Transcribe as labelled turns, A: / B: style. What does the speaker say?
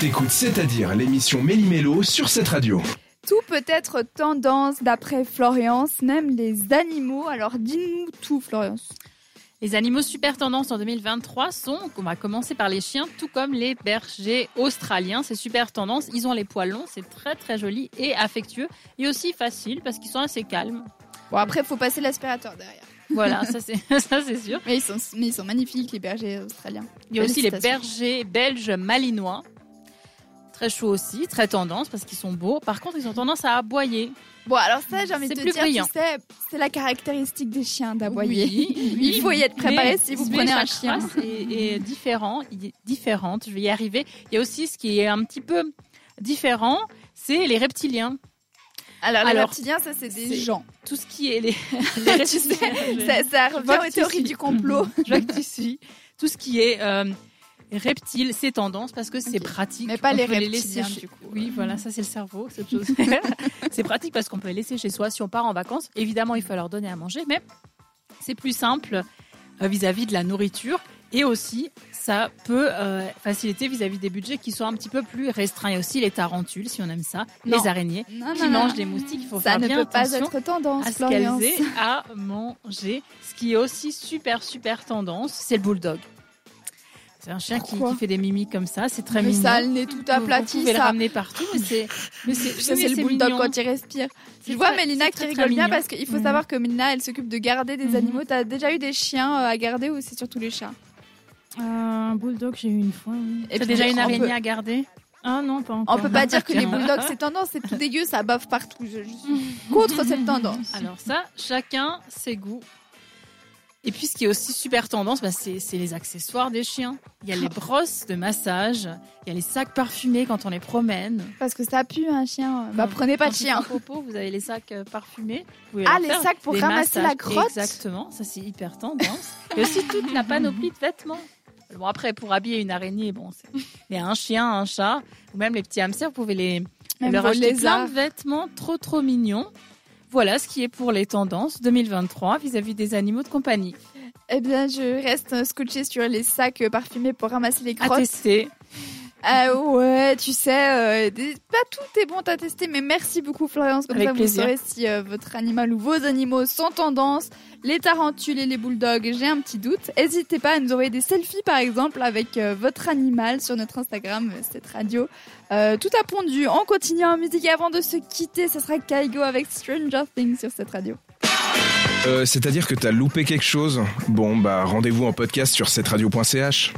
A: T'écoutes C'est-à-dire l'émission Méli-Mélo sur cette radio.
B: Tout peut être tendance d'après Florence, même les animaux. Alors dis-nous tout Florence.
C: Les animaux super tendance en 2023 sont, on va commencer par les chiens, tout comme les bergers australiens. C'est super tendance, ils ont les poils longs, c'est très très joli et affectueux et aussi facile parce qu'ils sont assez calmes.
B: Bon après faut passer l'aspirateur derrière.
C: Voilà, ça c'est ça c'est sûr.
B: Mais ils, sont, mais ils sont magnifiques les bergers australiens.
C: Il y a aussi les
B: Félicitations.
C: bergers belges malinois. Très chaud aussi, très tendance parce qu'ils sont beaux. Par contre, ils ont tendance à aboyer.
B: Bon alors ça j'ai envie de
C: C'est
B: te
C: plus
B: dire,
C: brillant.
B: tu sais, c'est la caractéristique des chiens d'aboyer.
C: Oui, oui.
B: Il faut y être préparé
C: Mais-
B: si vous
C: mais
B: prenez un
C: chaque
B: chien.
C: race est, est différent, il est différente. Je vais y arriver. Il y a aussi ce qui est un petit peu différent, c'est les reptiliens.
B: Alors, les
C: Alors,
B: reptiliens ça c'est des
C: c'est-
B: gens.
C: Tout ce qui est les, les
B: Tu sais,
C: reptiliens, je-
B: Ça, ça revient
C: vois que
B: aux
C: tu
B: théories
C: suis.
B: du complot.
C: je vois que tu suis. Tout ce qui est euh, reptile, c'est tendance parce que c'est
B: Ok.
C: pratique.
B: Mais pas
C: On
B: les
C: peut
B: reptiliens,
C: laisser chez-
B: du coup. Mm.
C: Oui, voilà, ça c'est le cerveau, c'est autre chose. c'est pratique parce qu'on peut les laisser chez soi si on part en vacances. Évidemment, il faut leur donner à manger, mais c'est plus simple euh, vis-à-vis de la nourriture. Et aussi, ça peut euh, faciliter vis-à-vis des budgets qui sont un petit peu plus restreints. Il y a aussi les tarentules, si on aime ça,
B: Non.
C: les araignées
B: Non,
C: qui mangent des moustiques. Il faut
B: Ça
C: faire
B: ne
C: bien
B: peut pas
C: attention
B: être tendance
C: à ce
B: Florence.
C: qu'elles aient à manger. Ce qui est aussi super, super tendance, c'est le bulldog. C'est un chien qui,
B: Pourquoi
C: qui fait des mimiques comme ça, c'est très
B: Mais
C: mignon.
B: ça a le nez tout
C: Vous- Vous
B: aplati,
C: pouvez le
B: ça.
C: ramener partout, mais c'est mais c'est-
B: Ça,
C: oui,
B: c'est
C: mais
B: le
C: c'est
B: bulldog
C: mignon.
B: quand il respire.
C: C'est
B: Je vois
C: très-
B: Mélina
C: c'est
B: qui
C: très,
B: rigole
C: très
B: bien
C: mignon. Mm-hmm.
B: parce qu'il faut
C: Mhm.
B: savoir que Mélina, elle s'occupe de garder des
D: Mhm.
B: animaux. T'as déjà eu des chiens euh, à garder ou c'est surtout les chats
D: Euh, Un bulldog, j'ai eu une fois. oui.
B: Et
C: T'as
B: puis,
C: déjà une
B: on
C: araignée
B: peut-
C: à garder
D: Ah non, pas encore.
B: On peut pas dire que les
C: Bah, Non.
B: bulldogs c'est tendance, c'est tout dégueu, ça bave partout. Je, je
C: Mm.
B: suis contre cette tendance.
C: Mhm. Alors ça, chacun ses goûts. Et puis ce qui est aussi super tendance, bah, c'est c'est les accessoires des chiens. Il y a les brosses de massage, il y a les sacs parfumés quand on les promène.
B: Parce que ça pue un chien. Bah
C: Quand-
B: prenez pas
C: Mm. quand
B: de
C: ils
B: chien.
C: font popo, vous avez les sacs euh, parfumés. Vous pouvez
B: Ah,
C: leur
B: les
C: faire
B: sacs pour
C: des
B: ramasser la
C: massages.
B: crotte.
C: Exactement, ça c'est hyper tendance. Et aussi toute la panoplie de vêtements. Bon, après, pour habiller une araignée, bon, c'est- mais un chien, un chat, ou même les petits hamsters, vous pouvez les
B: Même
C: leur
B: vos
C: acheter
B: lézards.
C: plein de vêtements trop trop mignons. Voilà ce qui est pour les tendances 2023 vis-à-vis des animaux de compagnie.
B: Eh bien, je reste euh, scotchée sur les sacs euh, parfumés pour ramasser les
C: À
B: crottes.
C: tester.
B: Ah ouais, tu sais, euh, des- pas tout est bon à tester, mais merci beaucoup Florence. Comme
C: Avec
B: ça, vous
C: plaisir.
B: saurez si euh, votre animal ou vos animaux sont tendance. Les tarentules et les bulldogs, j'ai un petit doute. N'hésitez pas à nous envoyer des selfies, par exemple, avec euh, votre animal sur notre Instagram, euh, cette radio. Euh, tout a pondu. On continue en musique et avant de se quitter. Ce sera Kaigo avec Stranger Things sur cette radio.
A: Euh, C'est-à-dire que t'as loupé quelque chose Bon, bah rendez-vous en podcast sur cette radio.ch.